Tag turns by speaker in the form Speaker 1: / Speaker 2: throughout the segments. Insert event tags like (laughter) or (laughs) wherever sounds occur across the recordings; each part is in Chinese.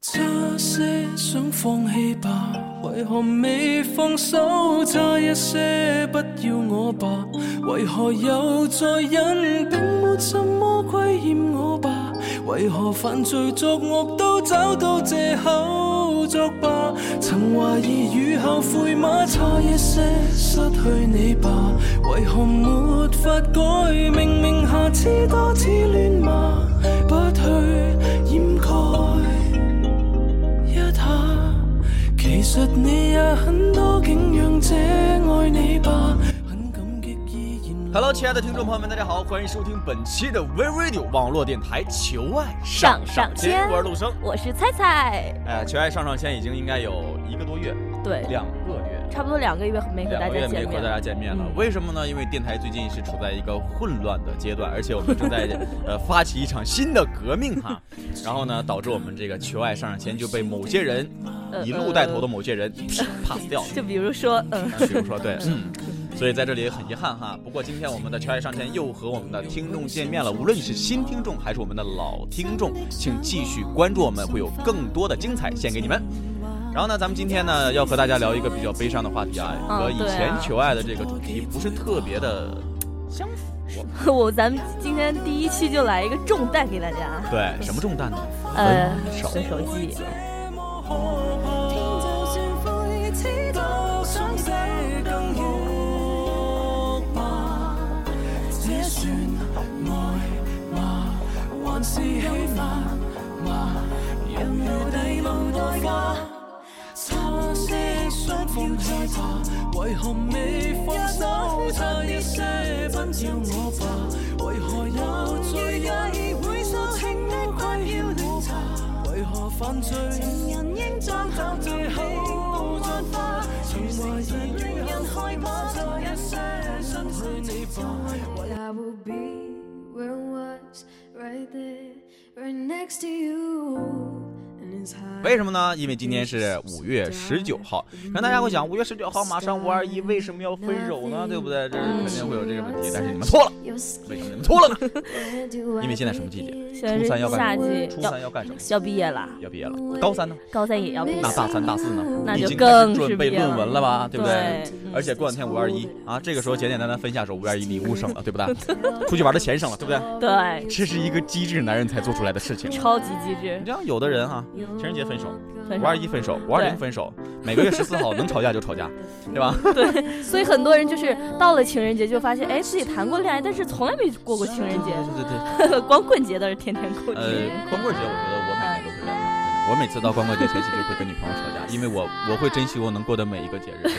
Speaker 1: 差些想放弃吧，为何未放手？差一些不要我吧，为何又再忍？并没什么亏欠我吧，为何犯罪作恶都找到借口作罢？曾怀疑雨后悔吗？差一些失去你吧，为何没法改？明明下次多次乱骂，不去掩盖。一下，其實你也很多景仰，這愛你吧，很感激依然。
Speaker 2: Hello，亲爱的听众朋友们，大家好，欢迎收听本期的 We Radio 网络电台《求爱
Speaker 3: 上上签
Speaker 2: 我是陆生。
Speaker 3: 我是菜菜，
Speaker 2: 哎，《求爱上上签》已经应该有一个多月，
Speaker 3: 对，
Speaker 2: 两个月，
Speaker 3: 差不多两个月没和大
Speaker 2: 两个
Speaker 3: 家
Speaker 2: 月没
Speaker 3: 见
Speaker 2: 和
Speaker 3: 面
Speaker 2: 大家
Speaker 3: 了。
Speaker 2: 见面了。
Speaker 3: 嗯
Speaker 2: 为什么呢？因为电台最近是处在一个混乱的阶段，而且我们正
Speaker 3: (laughs)
Speaker 2: 在呃发起一场新的革命哈。然后呢，导致我们这个《求爱上上签》就被某些人
Speaker 3: 呃
Speaker 2: 一路带头的某些人 pass 掉了。
Speaker 3: 就比如说，嗯，
Speaker 2: 啊比如说对，嗯。所以在这里也很遗憾哈，不过今天我们的《全爱上天》又和我们的听众见面了。无论你是新听众还是我们的老听众，请继续关注我们，会有更多的精彩献给你们。然后呢，咱们今天呢要和大家聊一个比较悲伤的话题啊，
Speaker 3: 嗯
Speaker 2: 和以
Speaker 3: 对
Speaker 2: 前
Speaker 3: 啊
Speaker 2: 求爱的这个主题不是特别的相符。 (laughs)
Speaker 3: 我呃咱们今天第一期就来一个重担给大家，
Speaker 2: 对，什么重担呢？
Speaker 3: 呃
Speaker 2: 分，手
Speaker 3: 分手季，
Speaker 1: 天就算灰，只多想死更欲吧，這算愛嗎？還是欺瞞嗎？人如地無代價。他些想放棄吧，為何未放手？差一些不要我吧，為何又再也會收輕的虧欠了吧？為何犯罪？情人應站到最後無盡化，曾懷疑令人害怕，差一些失去你吧。
Speaker 4: But I will be where I was, right there, right next to you. And it's high.
Speaker 2: 为什么呢？因为今天是五月十九号，可能大家会想，五月十九号马上五二一，为什么要分手呢？对不对？这肯定会有这个问题，但是你们错了，
Speaker 4: Your skin,
Speaker 2: 为什么你们错了
Speaker 3: (laughs)
Speaker 2: 呢？因
Speaker 4: 因
Speaker 2: 为现在什么季节？
Speaker 3: 现在
Speaker 2: 初
Speaker 3: 是
Speaker 2: 三要干
Speaker 3: 夏
Speaker 2: 什么？
Speaker 3: 季
Speaker 2: 初，
Speaker 3: 要
Speaker 2: 三要干什么？
Speaker 3: 要毕业了，
Speaker 2: 要毕业了，高三呢？
Speaker 3: 高三也要毕业
Speaker 2: 那
Speaker 3: 了，
Speaker 2: 大三、大四呢？
Speaker 3: 嗯那
Speaker 2: 已
Speaker 3: 就
Speaker 2: 经开始
Speaker 3: 更
Speaker 2: 准
Speaker 3: 是
Speaker 2: 备
Speaker 3: 毕业
Speaker 2: 论文了吧？
Speaker 3: 了
Speaker 2: 对不对
Speaker 3: 对嗯？
Speaker 2: 而且过两天五二一啊，这个时候简简单单分下手，五二一礼物省了，对不
Speaker 3: (laughs)
Speaker 2: 对？出去玩的钱省了，对不对？
Speaker 3: 对，
Speaker 2: 这是一个机智男人才做出来的事情。啊
Speaker 3: 超级机智
Speaker 2: 你，这样有的人啊，情人节分手，
Speaker 3: 分
Speaker 2: 五
Speaker 3: 手
Speaker 2: 二一分手，五二零
Speaker 3: 对
Speaker 2: 分手，每个月十四号能吵架就吵架，对吧？
Speaker 3: 对，所以很多人就是到了情人节就发现，哎，自己谈过恋爱，但是从来没过过情人节，
Speaker 2: 对对对。
Speaker 3: (laughs) 光棍节倒是天天过
Speaker 2: 呃，光棍节我觉得我每年都会干的，真的。我每次到光棍节前夕就会跟女朋友吵架，因为我我会珍惜我能过的每一个节日。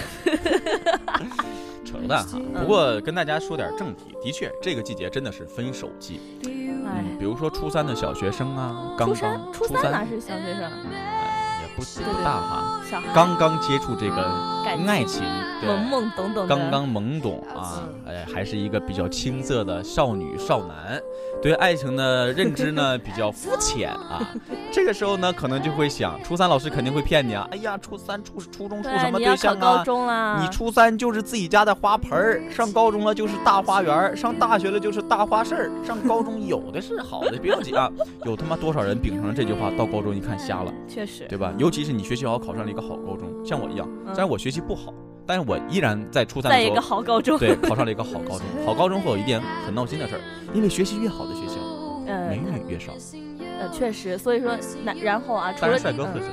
Speaker 2: (laughs) 扯淡哈，不过跟大家说点正题，的确，这个季节真的是分手季。
Speaker 3: 哎
Speaker 2: 嗯，比如说初三的小学生啊，刚
Speaker 3: 初
Speaker 2: 刚
Speaker 3: 三，初三哪是小学生，
Speaker 2: 哎也不不大哈，
Speaker 3: 小孩
Speaker 2: 刚刚接触这个
Speaker 3: 感
Speaker 2: 爱
Speaker 3: 情
Speaker 2: 情，嗯对，
Speaker 3: 懵懵懂懂的，
Speaker 2: 刚刚懵懂啊，哎，还是一个比较青涩的少女少男，对爱情的认知呢比较肤浅
Speaker 3: (laughs)
Speaker 2: 啊。这个时候呢，可能就会想，初三老师肯定会骗你啊！哎呀，初三、初初中处
Speaker 3: 对
Speaker 2: 什么对
Speaker 3: 你要考
Speaker 2: 象
Speaker 3: 高
Speaker 2: 啊？
Speaker 3: 中啦，
Speaker 2: 你初三就是自己家的花盆儿，上高中了就是大花园儿，上大学了就是大花市儿，上高中有的是好的，别着急啊！有他妈多少人秉承了这句话，到高中一看瞎了。
Speaker 3: 确实，
Speaker 2: 对吧？尤其是你学习好，考上了一个好高中，像我一样，
Speaker 3: 嗯
Speaker 2: 虽然我学习不好，但是我依然在初三
Speaker 3: 在
Speaker 2: 的
Speaker 3: 一
Speaker 2: 时
Speaker 3: 个
Speaker 2: 候，
Speaker 3: 好高中，
Speaker 2: 对，考上了一个好
Speaker 3: (laughs)
Speaker 2: 高中。好高中会有一件很闹心的事儿，因为学习越好的学校，
Speaker 3: 呃
Speaker 2: 美女越少，
Speaker 3: 呃，确实，所以说，那然后啊，除
Speaker 2: 但
Speaker 3: 了
Speaker 2: 是帅哥会
Speaker 3: 嗯
Speaker 2: 很多。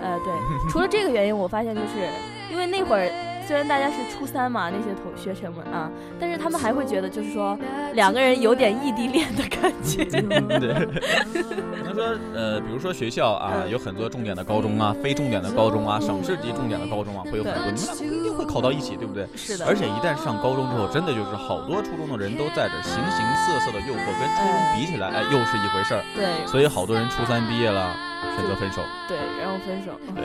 Speaker 3: 呃，
Speaker 2: (laughs)
Speaker 3: 对，除了这个原因，我发现就是因为那会儿虽然大家是初三嘛，那些同学生们啊，但是他们还会觉得就是说两个人有点异地恋的感觉。
Speaker 2: 嗯
Speaker 3: (laughs)
Speaker 2: (laughs) 对，可能说呃，比如说学校啊，
Speaker 3: 嗯
Speaker 2: 有很多重点的高中啊，非重点的高中啊，省市级重点的高中啊，会有很
Speaker 3: 对
Speaker 2: 多，你们俩一定会考到一起，对不对？
Speaker 3: 是的，
Speaker 2: 嗯而且一旦上高中之后，真的就是好多初中的人都在这形形色色的诱惑，跟初中比起来，哎，又是一回事儿。
Speaker 3: 对
Speaker 2: 所以好多人初三毕业了，选择分手。
Speaker 3: 对，然后分手， (laughs)
Speaker 2: 对，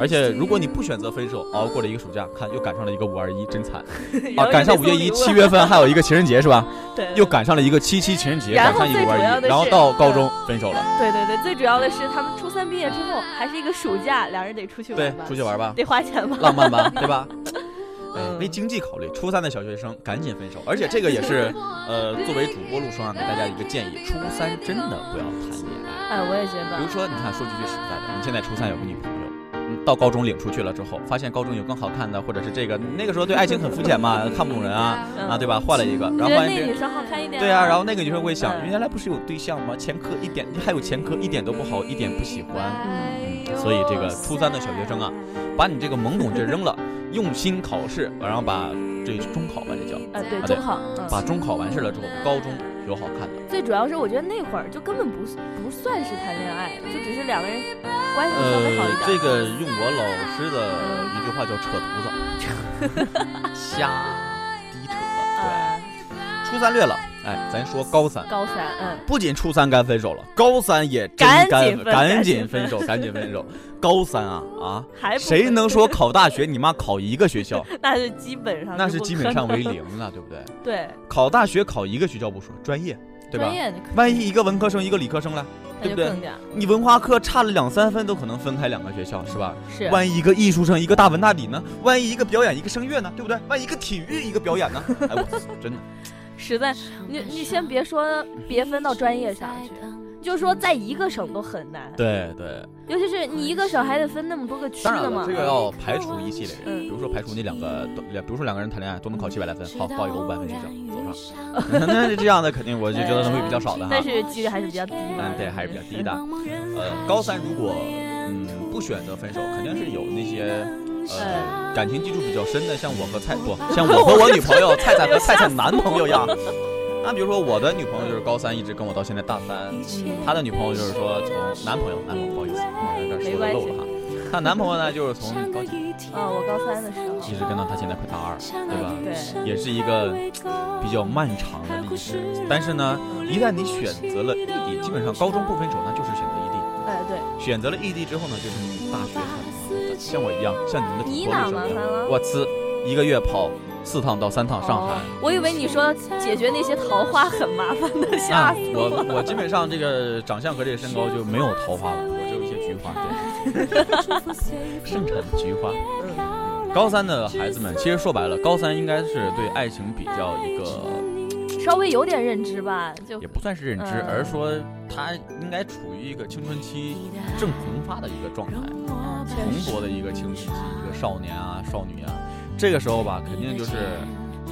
Speaker 2: 而且如果你不选择分手，熬过了一个暑假，看又赶上了一个五二一，真惨
Speaker 3: 然
Speaker 2: 啊！
Speaker 3: 后
Speaker 2: 赶
Speaker 3: 人
Speaker 2: 上
Speaker 3: 家
Speaker 2: 五月
Speaker 3: 送礼
Speaker 2: 一，
Speaker 3: 物
Speaker 2: 七月份还有一个情人节是吧？
Speaker 3: 对对
Speaker 2: 又赶上了一个七七情人节，
Speaker 3: 然
Speaker 2: 赶
Speaker 3: 后
Speaker 2: 上一个五
Speaker 3: 最主要
Speaker 2: 二一，
Speaker 3: 的
Speaker 2: 然后
Speaker 3: 是
Speaker 2: 到高中分手了。
Speaker 3: 对对对，最主要的是他们初三毕业之后还是一个暑假，两人得出去
Speaker 2: 对
Speaker 3: 玩吧，，
Speaker 2: (laughs) 出去玩吧，
Speaker 3: 得花钱吧， (laughs)
Speaker 2: 浪漫吧，对吧？哎，为经济考虑，初三的小学生赶紧分手。而且这个也是，呃，作为主播陆双啊，给大家一个建议：初三真的不要谈恋爱。
Speaker 3: 哎，我也觉
Speaker 2: 比如
Speaker 3: 得，
Speaker 2: 说，你看，说句最实在
Speaker 3: 嗯
Speaker 2: 的，你现在初三有个女朋友，嗯，到高中领出去了之后，发现高中有更好看的，或者是这个那个时候对爱情很肤浅嘛，看不懂人啊
Speaker 3: 嗯
Speaker 2: 啊，对吧？换了一个，然
Speaker 3: 觉
Speaker 2: 后
Speaker 3: 得
Speaker 2: 发
Speaker 3: 那
Speaker 2: 现
Speaker 3: 女
Speaker 2: 这。
Speaker 3: 生好看一点。
Speaker 2: 对啊，然后那个女生会想，
Speaker 3: 嗯
Speaker 2: 原来不是有对象吗？前科一点，还有前科，一点都不好，一点不喜欢。
Speaker 3: 嗯，
Speaker 2: 嗯，所以这个初三的小学生啊，把你这个懵懂劲儿扔了，用心考试，然后把这中考吧，这叫
Speaker 3: 啊对
Speaker 2: 啊，对
Speaker 3: 中考，
Speaker 2: 把
Speaker 3: 嗯，
Speaker 2: 中考完事了之后，高中有好看的，
Speaker 3: 最主要是我觉得那会儿就根本不不算是谈恋爱，就只是两个人关系稍微好一点。
Speaker 2: 这个呃用我老师的一句话叫“扯犊子”，瞎逼扯。
Speaker 3: 呃，
Speaker 2: 对，初三略了，哎，咱说高三，
Speaker 3: 高三，嗯，
Speaker 2: 不仅初三该分手了，高三也真
Speaker 3: 赶
Speaker 2: 该
Speaker 3: 紧分
Speaker 2: 赶
Speaker 3: 赶
Speaker 2: 紧
Speaker 3: 紧
Speaker 2: 分
Speaker 3: 分
Speaker 2: 手，赶紧 (laughs) 分手。高三啊啊，
Speaker 3: 还不
Speaker 2: 谁
Speaker 3: 分
Speaker 2: 能说考大学你妈考一个学 (laughs) 校，
Speaker 3: (laughs) 那是基本上
Speaker 2: 那是
Speaker 3: 不
Speaker 2: 基
Speaker 3: 可
Speaker 2: 本上
Speaker 3: 能
Speaker 2: 为零了，对不对？
Speaker 3: 对，
Speaker 2: 考大学考一个学校不说，专业对吧
Speaker 3: 专？业你可
Speaker 2: 万一一个文科生一个理科生了，
Speaker 3: 那
Speaker 2: 对
Speaker 3: 就
Speaker 2: 不对
Speaker 3: 更加
Speaker 2: 你文化课差了两三分都可能分开两个学校是吧？
Speaker 3: 是啊
Speaker 2: 万一一个艺术生一个大文大理呢？万一一个表演一个声乐呢？对不对？万一一个体育一个表演呢？
Speaker 3: (laughs)
Speaker 2: 哎，我真的
Speaker 3: 实在，你你先别说别分到专业上去，就说在一个省都很难，
Speaker 2: 对对，
Speaker 3: 尤其是你一个省还得分那么多个区
Speaker 2: 当然
Speaker 3: 呢
Speaker 2: 了，
Speaker 3: 嘛
Speaker 2: 这。个要排除一系列人，
Speaker 3: 嗯
Speaker 2: 比如说排除那两个，比如说两个人谈恋爱都能考七百来分，好报一个五百分学校走上，
Speaker 1: 上。
Speaker 2: (laughs)
Speaker 3: (laughs)
Speaker 2: 那是这样的肯定我就觉得会比较少的哈
Speaker 3: 但。哦是几率还是比较低嘛。
Speaker 2: 嗯，对，还是比较低的。呃，高三如果嗯不选择分手，肯定是有那些呃感情基础比较深的，像我和蔡
Speaker 3: (laughs)
Speaker 2: 不，像我和我女朋友菜菜和菜菜男朋友一样。那比如说我的女朋友就是高三一直跟我到现在大三，她的女朋友就是说从男朋友，男朋友不好意思，
Speaker 3: 哎
Speaker 2: 有点说的漏了哈。她男朋友呢就是从高一
Speaker 3: 嗯，我高三的时候，
Speaker 2: 直跟到她现在快大二，对吧？
Speaker 3: 对，
Speaker 2: 也是一个比较漫长的历史。但是呢，一旦你选择了异地，基本上高中不分手，那就是选择异地。
Speaker 3: 哎对，
Speaker 2: 选择了异地之后呢，就是你大学很像我一样，像你们的主
Speaker 3: 你
Speaker 2: 播
Speaker 3: 哪啊
Speaker 2: 为什
Speaker 3: 麻
Speaker 2: 么
Speaker 3: 烦了？
Speaker 2: 我呲，一个月跑四趟到三趟上海。
Speaker 3: 哦我以为你说解决那些桃花很麻烦
Speaker 2: (laughs)
Speaker 3: 的，吓死我了。
Speaker 2: 我我基本上这个长相和这个身高就没有桃花了，我就有一些菊花，对，盛产菊花。嗯高三的孩子们，其实说白了，高三应该是对爱情比较一个，
Speaker 3: 稍微有点认知吧，就
Speaker 2: 也不算是认知，
Speaker 3: 嗯
Speaker 2: 而是说他应该处于一个青春期正萌发的一个状态。蓬勃的一个青春期，一个少年啊、少女啊，这个时候吧，肯定就是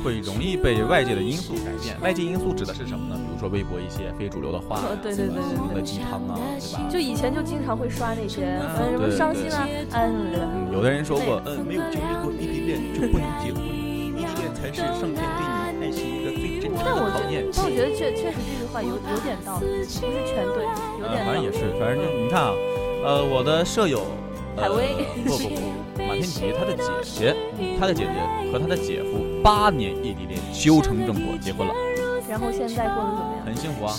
Speaker 2: 会容易被外界的因素改变。外界因素指的是什么呢？比如说微博一些非主流的话，
Speaker 3: 哦对对对对
Speaker 2: 心灵的鸡汤啊，对吧？
Speaker 3: 就以前就经常会刷那些，嗯，什么
Speaker 2: 对
Speaker 3: 伤心啊，嗯，
Speaker 2: 嗯，有的人说过，嗯，没有经历过异地恋就不能结婚，异地恋才是上天对你爱情的最真诚
Speaker 3: 但我
Speaker 2: 的
Speaker 3: 觉
Speaker 2: 考验
Speaker 3: 得，。但我觉得确确实这句话有有点道理，不是全对，有
Speaker 2: 呃
Speaker 3: 点
Speaker 2: 反
Speaker 3: 道
Speaker 2: 正
Speaker 3: 理
Speaker 2: 也。是，反正就你看啊，呃，我的舍友，呃
Speaker 3: 海威
Speaker 2: 不不不，马天琪，他的姐姐，他的姐姐和他的姐夫八年异地恋修成正果，结婚了，
Speaker 3: 然后现在过得怎么样？
Speaker 2: 很幸福啊。
Speaker 3: 哦，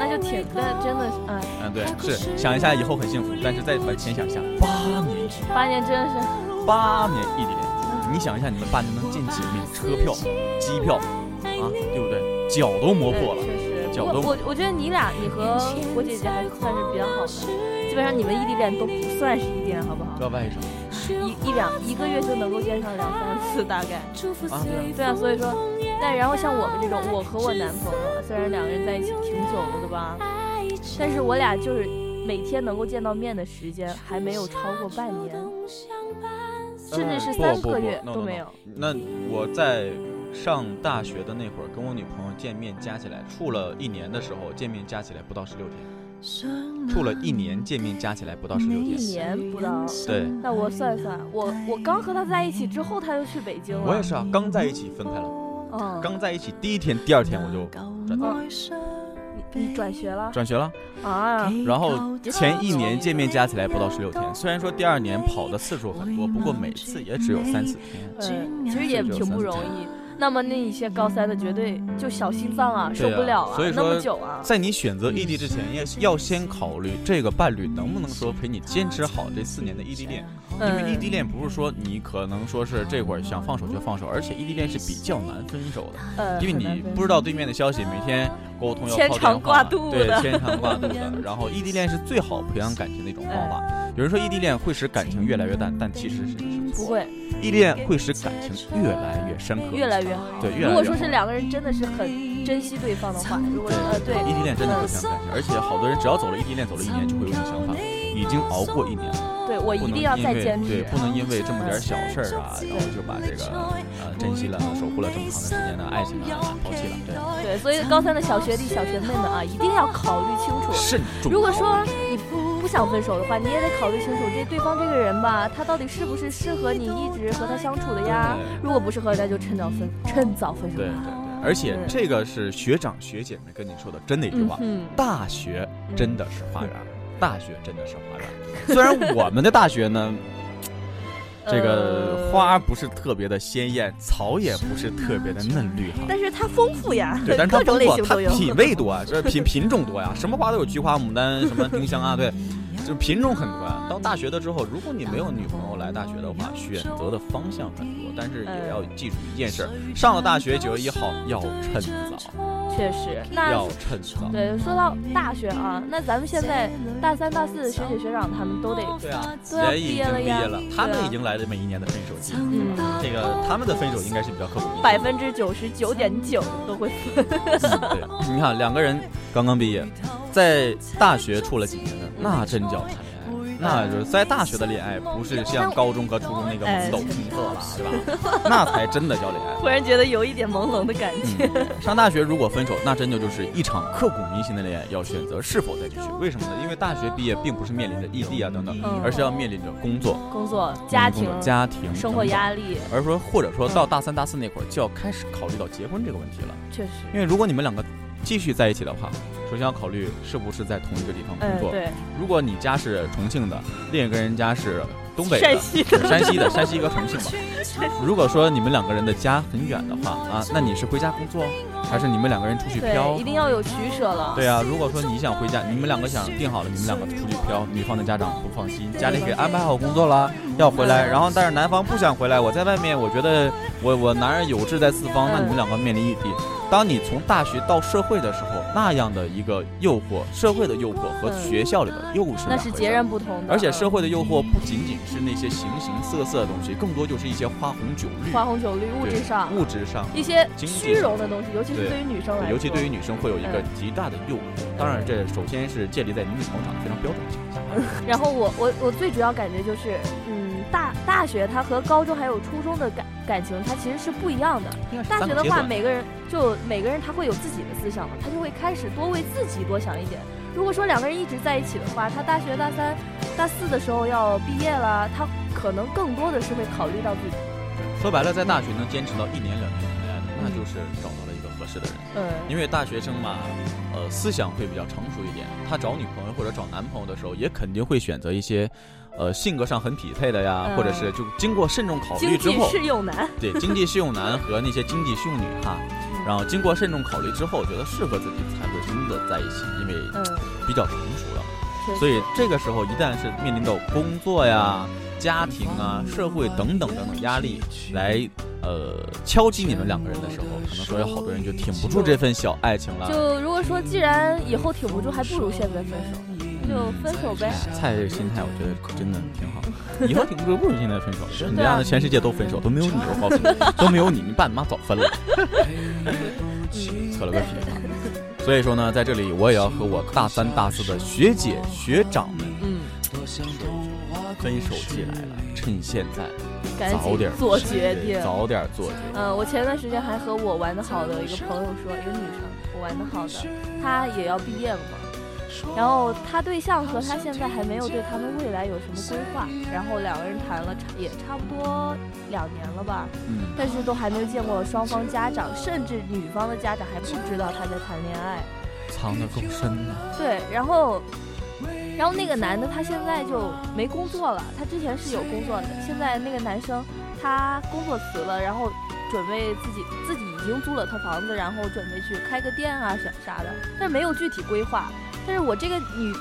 Speaker 3: 那就挺，那真的是，哎，
Speaker 2: 嗯，对，是想一下以后很幸福，但是再往前想一下，八年异地，
Speaker 3: 八年真的是，
Speaker 2: 八年异地恋，你想一下你们八年能见几面？车票、机票啊，对不对？脚都磨破了
Speaker 3: 对，确实。
Speaker 2: 脚
Speaker 3: 我
Speaker 2: 都
Speaker 3: 我我觉得你俩，你和我姐姐还算是比较好的，基本上你们异地恋都不算是异地恋，好不好？
Speaker 2: 要外甥
Speaker 3: 一一两一个月就能够见上两三次，大概。
Speaker 2: 啊，对啊。
Speaker 3: 对啊，所以说，但然后像我们这种，我和我男朋友啊虽然两个人在一起挺久了的吧，但是我俩就是每天能够见到面的时间还没有超过半年，甚至
Speaker 2: 嗯
Speaker 3: 是三个月都没有。
Speaker 2: 那我在上大学的那会儿，跟我女朋友见面加起来，处了一年的时候，见面加起来不到十六天，处了一年见面加起来不到十六
Speaker 3: 一
Speaker 2: 天。
Speaker 3: 年不到。
Speaker 2: 对，
Speaker 3: 那我算算，我我刚和他在一起之后，他就去北京了。
Speaker 2: 我也是啊，刚在一起分开了，
Speaker 3: 嗯，
Speaker 2: 刚在一起第一天、第二天我就转到
Speaker 3: 你你转学了
Speaker 2: 转学了，
Speaker 3: 啊？
Speaker 2: 然后前一年见面加起来不到十六天，虽然说第二年跑的次数很多，不过每次也只有三四天。
Speaker 3: 嗯，其实也挺不容易。那么那一些高三的绝对就小心脏啊，受不了啊，
Speaker 2: 所以
Speaker 3: 那
Speaker 2: 说
Speaker 3: 么久啊，
Speaker 2: 在你选择异地之前，也要先考虑这个伴侣能不能说陪你坚持好这四年的异地恋。因为异地
Speaker 3: 嗯，
Speaker 2: 恋不是说你可能说是这会儿想放手就放手，而且异地恋是比较难分手的，
Speaker 3: 呃，
Speaker 2: 因为
Speaker 3: (laughs) 很难
Speaker 2: 你
Speaker 3: 分
Speaker 2: 不知道对面的消息，每天沟通要
Speaker 3: 牵 (laughs)
Speaker 2: 靠
Speaker 3: 肠
Speaker 2: 电
Speaker 3: 挂
Speaker 2: 话，
Speaker 3: 肚
Speaker 2: 对
Speaker 3: 的，
Speaker 2: 牵肠挂肚的。
Speaker 3: (laughs)
Speaker 2: 然后异地恋是最好培养感情的一种方法。有人说异地恋会使感情越来越淡，但其实是
Speaker 3: 嗯不会
Speaker 2: 异地恋会使感情越来越深刻，
Speaker 3: 越来越好。
Speaker 2: 对越来越
Speaker 3: 如果说
Speaker 2: 好
Speaker 3: 是两个人真的是很珍惜对方的话，如果是呃对，
Speaker 2: 异地恋真的会
Speaker 3: 嗯
Speaker 2: 培养感情，而且好多人只要走了异地恋，走了一年就会有一种想法，已经熬过一年了，
Speaker 3: 对
Speaker 2: 不
Speaker 3: 我一
Speaker 2: 能
Speaker 3: 定
Speaker 2: 因
Speaker 3: 要再
Speaker 2: 为
Speaker 3: 坚
Speaker 2: 对
Speaker 3: 持，，
Speaker 2: 不能因为这么点小事儿啊，然后就把这个呃珍惜了、守护了这么长的时间的爱情啊抛弃了，对，
Speaker 3: 对，所以高三的小学弟、小学妹们啊，一定要考虑清楚。
Speaker 2: 慎重。啊
Speaker 3: 如果说你不不想分手的话，你也得考虑清楚这对方这个人吧，他到底是不是适合你一直和他相处的呀
Speaker 2: 对？
Speaker 3: 如果不适合，那就趁早分， (laughs) 趁早分手
Speaker 2: 对对
Speaker 3: 吧。
Speaker 2: 对，而且
Speaker 3: 对
Speaker 2: 这个是学长学姐们跟你说的真的一句
Speaker 3: 嗯
Speaker 2: 话，
Speaker 3: 哼，
Speaker 2: 大学真的是花园儿，大学真的是花园儿。虽然我们的大学呢，这个
Speaker 3: (laughs) 呃
Speaker 2: 花不是特别的鲜艳，草也不是特别的嫩绿哈。
Speaker 3: 但是它丰富呀，
Speaker 2: (laughs) 对，但是它
Speaker 3: 各种
Speaker 2: 丰富
Speaker 3: 类
Speaker 2: 啊
Speaker 3: 型，
Speaker 2: 它
Speaker 3: 都有。
Speaker 2: 品类多啊，这品品种多呀，什么花都有，菊花、牡丹、什么丁香啊，对，就是品种很多啊。到大学的之后，如果你没有女朋友来大学的话，选择的方向很多，但是也要记住一件事儿：上了大学九月一号要趁早，
Speaker 3: 确实，那
Speaker 2: 要趁早。
Speaker 3: 对说到大学啊，那咱们现在大三、大四的学姐学长他们都得
Speaker 2: 对啊，
Speaker 3: 都要
Speaker 2: 人已
Speaker 3: 毕业
Speaker 2: 经
Speaker 3: 了
Speaker 2: 毕
Speaker 3: 呀
Speaker 2: 业了，他
Speaker 3: 对
Speaker 2: 们
Speaker 3: 啊
Speaker 2: 已经来了每一年的分手季，
Speaker 3: 嗯
Speaker 2: 这个他们的分手应该是比较刻骨铭心的。
Speaker 3: 百分之九十九点九都会 (laughs) 分。
Speaker 2: 对，你看两个人刚刚毕业，在大学处了几年
Speaker 3: 嗯
Speaker 2: 呢？那真叫谈恋爱，那就是在大学的恋爱，不是像高中和初中那个懵懂青涩了，是
Speaker 3: (laughs)
Speaker 2: 吧？那才真的叫恋爱。
Speaker 3: 忽然觉得有一点朦胧的感觉。
Speaker 2: 嗯，上大学如果分手，那真的就是一场刻骨铭心的恋爱，要选择是否再继续。为什么呢？因为大学毕业并不是面临着异地啊等等
Speaker 3: 嗯，
Speaker 2: 而是要面临着工作、
Speaker 3: (laughs) 工作、家
Speaker 2: 嗯工
Speaker 3: 庭
Speaker 2: 作、家庭、
Speaker 3: 生活
Speaker 2: 力。
Speaker 3: 压力，
Speaker 2: 而说，或者说到大三、大四那会儿，就要开始考虑到结婚这个问题了。
Speaker 3: 确实。
Speaker 2: 因为如果你们两个继续在一起的话，首先要考虑是不是在同一个地方工
Speaker 3: 嗯，
Speaker 2: 作。
Speaker 3: 对，
Speaker 2: 如果你家是重庆的，另一个人家是东北的、
Speaker 3: 陕西
Speaker 2: 对山西的，山西和重庆嘛。如果说你们两个人的家很远的话啊，那你是回家工作，还是你们两个人出去
Speaker 3: 对，
Speaker 2: 飘
Speaker 3: 一？定要有取舍了。
Speaker 2: 对啊，如果说你想回家，你们两个想定好了，你们两个出去飘，女方的家长不放心，家里给安排好工作了，
Speaker 3: 嗯
Speaker 2: 要回来，然后但是男方不想回来，我在外面，我觉得我我男人有志在四方，那你们两个面临异地。当你从大学到社会的时候，那样的一个诱惑，社会的诱惑和
Speaker 3: 嗯
Speaker 2: 学校里的又是
Speaker 3: 那
Speaker 2: 两
Speaker 3: 是
Speaker 2: 回
Speaker 3: 截
Speaker 2: 事
Speaker 3: 然不同的。
Speaker 2: 而且社
Speaker 3: 嗯
Speaker 2: 会的诱惑不仅仅是那些形形色色的东西，更多就是一些花红酒绿，
Speaker 3: 花红酒绿，物质
Speaker 2: 对
Speaker 3: 上
Speaker 2: 物质上，
Speaker 3: 一些
Speaker 2: 经济
Speaker 3: 虚荣的东西，尤其是
Speaker 2: 对
Speaker 3: 对于女生来说，嗯
Speaker 2: 尤其对于女生会有一个极大的诱惑。当然，这首先是建立在你女朋友长得非常标准的情况下。
Speaker 3: 然后我我我最主要感觉就是，嗯，大大学它和高中还有初中的感感情，它其实是不一样的。大学的话，每个人就每个人他会有自己的思想了，他就会开始多为自己多想一点。如果说两个人一直在一起的话，他大学大三、大四的时候要毕业了，他可能更多的是会考虑到自己，
Speaker 2: 说白了，在大学能坚持到一年两年恋爱的，那就是找到了一个合适的人。
Speaker 3: 嗯，
Speaker 2: 因为大学生嘛，呃，思想会比较成熟一点。他找女朋友或者找男朋友的时候，也肯定会选择一些，呃，性格上很匹配的呀，
Speaker 3: 嗯
Speaker 2: 或者是就经过慎重考虑
Speaker 3: 经
Speaker 2: 之
Speaker 3: 济
Speaker 2: 后，
Speaker 3: 适用男，
Speaker 2: 对经济适用男和那些经济适用女哈，然后经过慎重考虑之后，觉得适合自己才会真的在一起，因为
Speaker 3: 嗯，
Speaker 2: 比较成熟了。
Speaker 3: 确实
Speaker 2: 所以这个时候，一旦是面临到工作呀、家庭啊、社会等等等等压力来。呃，敲击你们两个人的时候，可能说有好多人就挺不住这份小爱情了，
Speaker 3: 就如果说既然以后挺不住，还不如现在分手，就分手呗。
Speaker 2: 菜这个心态，我觉得真的挺
Speaker 3: (laughs)
Speaker 2: 好。以后挺不不如现在分手，你这
Speaker 3: 对啊
Speaker 2: 样的全世界都分手，都没有你，我告诉
Speaker 3: (laughs)
Speaker 2: 你，都没有你，你爸你妈早分了。
Speaker 3: 嗯
Speaker 2: 扯了个皮啊！所以说呢，在这里我也要和我大三、大四的学姐、学长们，
Speaker 3: 嗯，
Speaker 2: 分手季来了，趁现在
Speaker 3: 赶
Speaker 2: 早
Speaker 3: 紧
Speaker 2: 点
Speaker 3: 做决定
Speaker 2: 对。早点做决定。
Speaker 3: 嗯，我前段时间还和我玩的好的一个朋友说，一个女生，我玩的好的，她也要毕业了嘛，然后她对象和她现在还没有对他们未来有什么规划，然后两个人谈了差也差不多两年了吧，
Speaker 2: 嗯，
Speaker 3: 但是都还没有见过双方家长，甚至女方的家长还不知道她在谈恋爱。
Speaker 2: 藏得够深了。
Speaker 3: 对，然后，然后那个男的他现在就没工作了，他之前是有工作的，现在那个男生他工作辞了，然后准备自己自己已经租了套房子，然后准备去开个店啊啥啥的，但是没有具体规划。但是我这个女，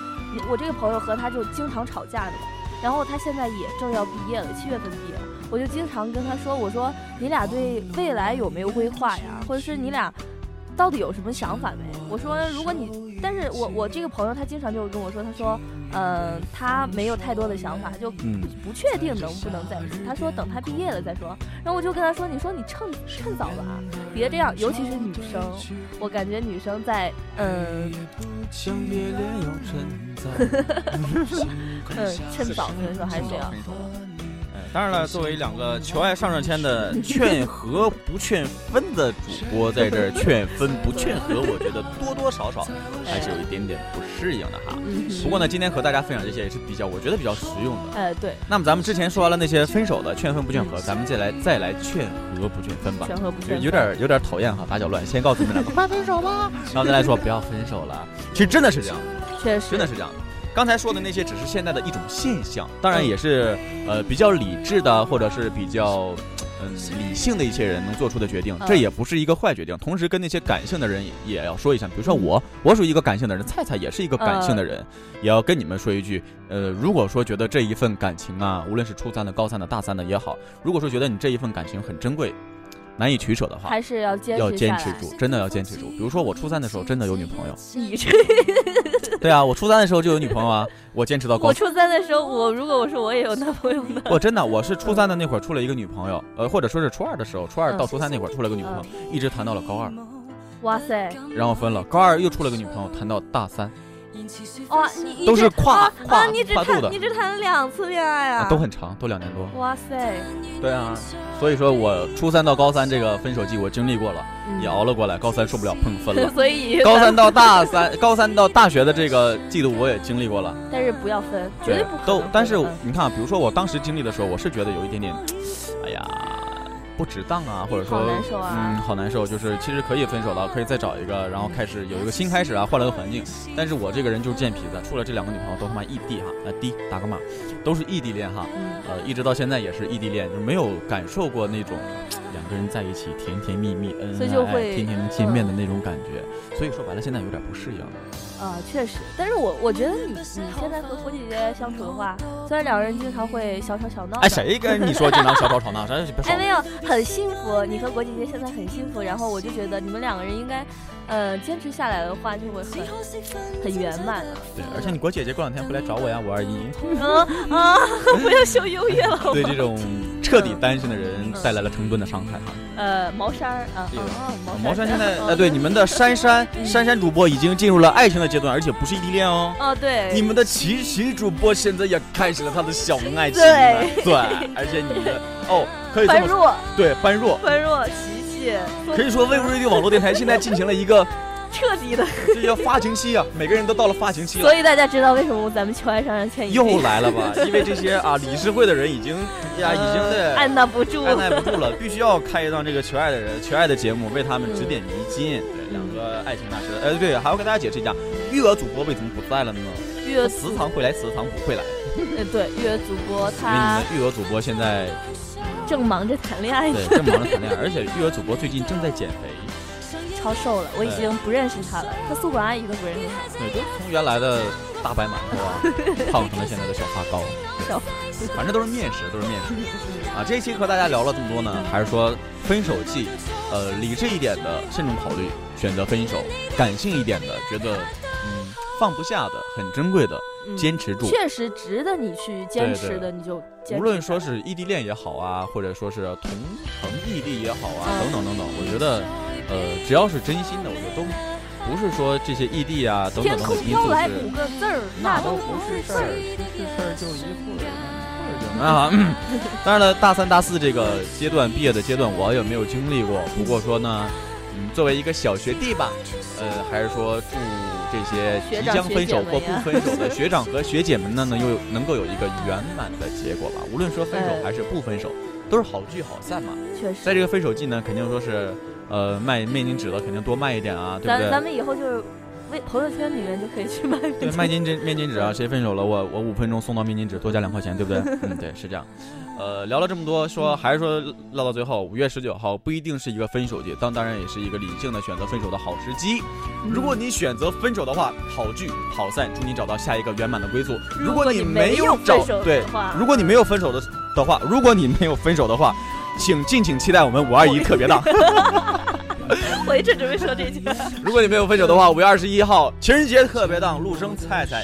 Speaker 3: 我这个朋友和她就经常吵架的嘛，然后她现在也正要毕业了，七月份毕业了，我就经常跟她说，我说你俩对未来有没有规划呀？或者是你俩到底有什么想法没？我说如果你，但是我我这个朋友她经常就会跟我说，她说，嗯、她没有太多的想法，就
Speaker 5: 嗯
Speaker 3: 不确定能不能在一起。他说等他毕业了再说。然后我就跟他说：“你说你趁趁早吧，别这样，尤其是女生。我感觉女生在嗯
Speaker 1: 像别离又存在，
Speaker 3: 嗯趁早分手还是这样。
Speaker 2: 分手了
Speaker 5: 哎当然
Speaker 2: 嗯
Speaker 5: 了，作为两个求爱上上签的，
Speaker 2: 劝和不劝分的主播在这儿劝分不劝和，我觉得多多少 (laughs) 少还是有一点点不适应的哈。
Speaker 3: 嗯哼，
Speaker 2: 不过呢，今天和大家分享这些也是比较，我觉得比较实用的。
Speaker 3: 哎对，
Speaker 2: 那么咱们之前说完了那些分手的劝分不劝和，咱们再来再来劝和不劝分吧
Speaker 3: 劝。和不
Speaker 2: 有
Speaker 3: 劝分
Speaker 2: 有点有点讨厌哈，打搅乱。先告诉你们两
Speaker 3: (laughs)
Speaker 2: 个，快分手吧。然后再来说不要分手了。其实真的是这样，
Speaker 3: 确实
Speaker 2: 真的是这样的。刚才说的那些只是现在的一种现象，当然也是
Speaker 3: 嗯
Speaker 2: 呃比较理智的，或者是比较嗯理性的一些人能做出的决定，
Speaker 3: 嗯
Speaker 2: 这也不是一个坏决定。同时跟那些感性的人也也要说一下，比如
Speaker 3: 嗯
Speaker 2: 说我，我属于一个感性的人，菜菜也是一个感性的人，也要跟你们说一句，呃，如果说觉得这一份感情啊，无论是初三的、高三的、大三的也好，如果说觉得你这一份感情很珍贵，难以取舍的话，
Speaker 3: 还是要坚
Speaker 2: 要
Speaker 3: 持
Speaker 2: 坚
Speaker 3: 下
Speaker 2: 持
Speaker 3: 来。
Speaker 2: 住，真的要坚持住。比如说我初三的时候真的有女朋友，
Speaker 3: 你
Speaker 2: (laughs)
Speaker 3: 这，
Speaker 2: 对啊，我初三的时候就有女朋友啊，我坚
Speaker 3: (laughs)
Speaker 2: 持到高
Speaker 3: 我。初三的时候，我如果我说我也有男朋友 (laughs) 呢，
Speaker 2: 我真的，我是初三的那会儿处了一个女朋友，呃，或者说是初二的时候，初二
Speaker 3: 嗯
Speaker 2: 到初三那会儿处了个女朋友，一直谈到了高二，
Speaker 3: 哇塞，
Speaker 2: 然后分了。高二又处了个女朋友，谈到大三，
Speaker 3: 哇你你
Speaker 2: 都是
Speaker 3: 这
Speaker 2: 跨
Speaker 3: 啊
Speaker 2: 跨
Speaker 3: 啊，你只
Speaker 2: 跨度
Speaker 3: 谈
Speaker 2: 的
Speaker 3: 你只谈了两次恋爱
Speaker 2: 啊
Speaker 3: 啊，
Speaker 2: 都很长，都两年多。
Speaker 3: 哇塞，
Speaker 2: 对啊，所以说我初三到高三这个分手季我经历过了，
Speaker 3: 嗯
Speaker 2: 也熬了过来。高三受不了碰分了
Speaker 3: (laughs) ，所以
Speaker 2: 高三到大三，高三到大学的这个季度我也经历过了。
Speaker 3: 但是不要分，绝对不可能
Speaker 2: 都
Speaker 3: 分，
Speaker 2: 但是
Speaker 3: 嗯
Speaker 2: 你看啊，比如说我当时经历的时候，我是觉得有一点点，哎呀，不值当啊，或者说，
Speaker 3: 好难受啊
Speaker 2: 嗯，好难受，就是其实可以分手了，可以再找一个，然后开始有一个新开始啊，换了个环境。但是我这个人就是贱皮子，处了这两个女朋友都他妈异地哈，呃，低打个码，都是异地恋哈，
Speaker 3: 嗯
Speaker 2: 呃，一直到现在也是异地恋，就是没有感受过那种两个人在一起甜甜蜜嗯蜜、恩
Speaker 3: 所以
Speaker 2: 恩
Speaker 3: 就
Speaker 2: 爱爱、
Speaker 3: 会嗯
Speaker 2: 天天能见面的那种感觉。所以说白了，现在有点不适应。
Speaker 3: 啊，确实，但是我我觉得你你现在和郭姐姐相处的话，虽然两个人经常会小吵小闹，
Speaker 2: 哎，？谁跟你说经常小吵吵闹？咱就别吵
Speaker 3: (laughs) 哎，。没有，很幸福。你和郭姐姐现在很幸福，然后我就觉得你们两个人应该，呃，坚持下来的话就会很很圆满啊了。
Speaker 2: 对，而且你国姐姐过两天不来找我呀，五二一。
Speaker 3: 嗯啊，不要秀优越 (laughs) 了。
Speaker 2: 对这种
Speaker 3: 嗯
Speaker 2: 彻底单身的人带来了成吨的伤害哈。
Speaker 3: 呃，毛衫儿啊
Speaker 2: 对
Speaker 3: 啊，
Speaker 2: 毛
Speaker 3: 衫
Speaker 2: 山现
Speaker 3: 儿
Speaker 2: 在，
Speaker 3: 嗯
Speaker 2: 呃，对你们的珊珊珊珊主播已经进入了爱情的阶段，而且不是异地恋哦。
Speaker 3: 哦，对，
Speaker 2: 你们的琪琪主播现在也开始了他的小恩爱情了
Speaker 3: 对，
Speaker 2: 对，而且你们的
Speaker 3: (laughs)
Speaker 2: 哦，可以这
Speaker 3: 般
Speaker 2: 么说，
Speaker 3: 若
Speaker 2: 对，般若，
Speaker 3: 般若琪琪，
Speaker 2: 可以说 w e Radio 网络电台现在进行了一
Speaker 3: (laughs)
Speaker 2: 个
Speaker 3: 彻底的。
Speaker 2: 这叫发情期啊，每个人都到了发情期了
Speaker 3: 所。以大家知道为什么咱们求爱上上签一
Speaker 2: 又
Speaker 3: 定
Speaker 2: 来了吧？因为这些啊，理事会的人已经呀，已经在
Speaker 3: 按捺不住
Speaker 2: 按耐不住了，必须要开一档这个求爱的人、求爱的节目，为他们指点迷津。对，两个爱情大师，呃，对，还要跟大家解释一下，育儿主播为什么不在了呢？
Speaker 3: 月
Speaker 2: 时常会来，时常不会来，因
Speaker 3: 呃，对，月主播他
Speaker 2: 为你们育儿主播现在
Speaker 3: 正忙着谈恋爱，
Speaker 2: 对正忙着谈恋爱，而且育儿主播最近正在减肥，
Speaker 3: 超瘦了，我已经不认识他了，他宿管阿姨都不认识他，
Speaker 2: 对，都从原来的大白馒头啊，胖成了现在的小发糕。
Speaker 3: 小
Speaker 2: 反正都是面食，都是面食。啊，这一期和大家聊了这么多呢，还是说分手季，呃，理智一点的慎重考虑选择分手，感性一点的觉得嗯放不下的很珍贵的
Speaker 3: 嗯
Speaker 2: 坚持住。
Speaker 3: 确实值得你去坚
Speaker 2: 对
Speaker 3: 持
Speaker 2: 对
Speaker 3: 的，你就坚持
Speaker 2: 无论说是异地恋也好啊，或者说是同城异地也好啊，等等等等，我觉得，呃，只要是真心的，我觉得都不是说这些异地啊等等
Speaker 3: 天
Speaker 2: 等
Speaker 3: 空
Speaker 2: 等因
Speaker 3: 飘
Speaker 2: 素
Speaker 3: 来
Speaker 2: 是
Speaker 3: 五个字儿，
Speaker 2: 那
Speaker 3: 那
Speaker 2: 都
Speaker 3: 都
Speaker 2: 不是事
Speaker 3: 事
Speaker 2: 儿
Speaker 3: 儿。，
Speaker 2: 是事儿就一会儿。啊，嗯当然了，大三、大四这个阶段，毕业的阶段，我也没有经历过。不过说呢，嗯，作为一个小学弟吧，呃，还是说祝这些即将分手或不分手的学长和学姐们呢，能有能够有一个圆满的结果吧。无论说分手
Speaker 3: 嗯
Speaker 2: 还是不分手，都是好聚好散嘛。
Speaker 3: 确
Speaker 2: 在
Speaker 3: 实，
Speaker 2: 这个分手季呢，肯定说是，呃，卖面巾纸的肯定多卖一点啊，对不
Speaker 3: 咱
Speaker 2: 对？
Speaker 3: 咱们以后就是微朋友圈里面就可以去买
Speaker 2: (laughs) 对，卖金纸面巾纸啊，谁分手了，我我五分钟送到面巾纸，多加两块钱， (laughs) 对不对？嗯，对，是这样。呃，聊了这么多，说还是说唠到最后，五月十九号不一定是一个分手节，但当然也是一个理性的选择分手的好时机。如果你选择分手的话，好聚好散，祝你找到下一个圆满的归宿。如果你没有找
Speaker 3: 分手
Speaker 2: 对
Speaker 3: 的，话，
Speaker 2: 如果你没有分手的的话，如果你没有分手的话，请敬请期待我们五二一特 (laughs) 别档。
Speaker 3: 我一直准备说这
Speaker 2: (laughs)
Speaker 3: 句。
Speaker 2: 如果你没有分手的话，五月二十一号情人节特别档，陆生菜菜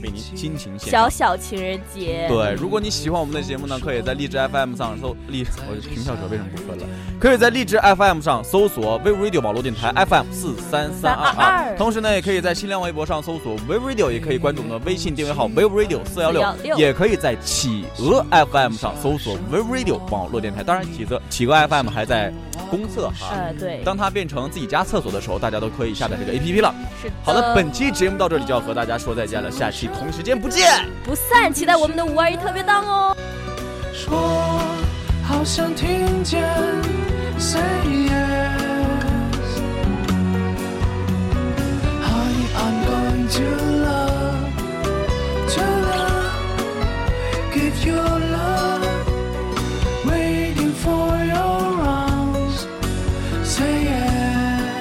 Speaker 2: 为您亲情献
Speaker 3: 小
Speaker 2: 上。
Speaker 3: 小情人节，
Speaker 2: 对，如果你喜欢我们的节目呢，可以在荔枝 FM 上搜嗯荔，我平翘舌为什么不分了？可以在荔枝 FM 上搜索 v Radio 网络电台 FM 四三三二二，
Speaker 3: 322
Speaker 2: 同时呢，也可以在新浪微博上搜索 v Radio，也可以关注我们的微信订阅号 v Radio 四幺六，
Speaker 3: 416
Speaker 2: 也可以在企鹅 FM 上搜索 v Radio 网络电台。当然，企鹅企鹅 FM 还在公测哈。
Speaker 3: 呃，对，
Speaker 2: 当它变成自己家厕所的时候，大家都可以下载这个 APP 了。
Speaker 3: 是的。
Speaker 2: 好了，本期节目到这里就要和大家说再见了，下期同时间不见。
Speaker 3: 不散，期待我们的五二一特别档哦。
Speaker 1: 说，好想听见 say yes。Hi, I'm going to love, to love, give you love, waiting for your arms, say yes.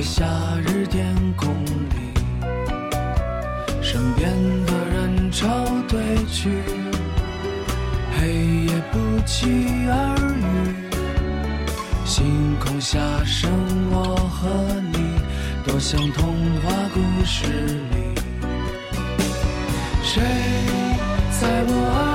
Speaker 6: 夏日天空里，身边的人潮退去，黑夜不期而遇。星空下剩我和你，多像童话故事里。谁在我耳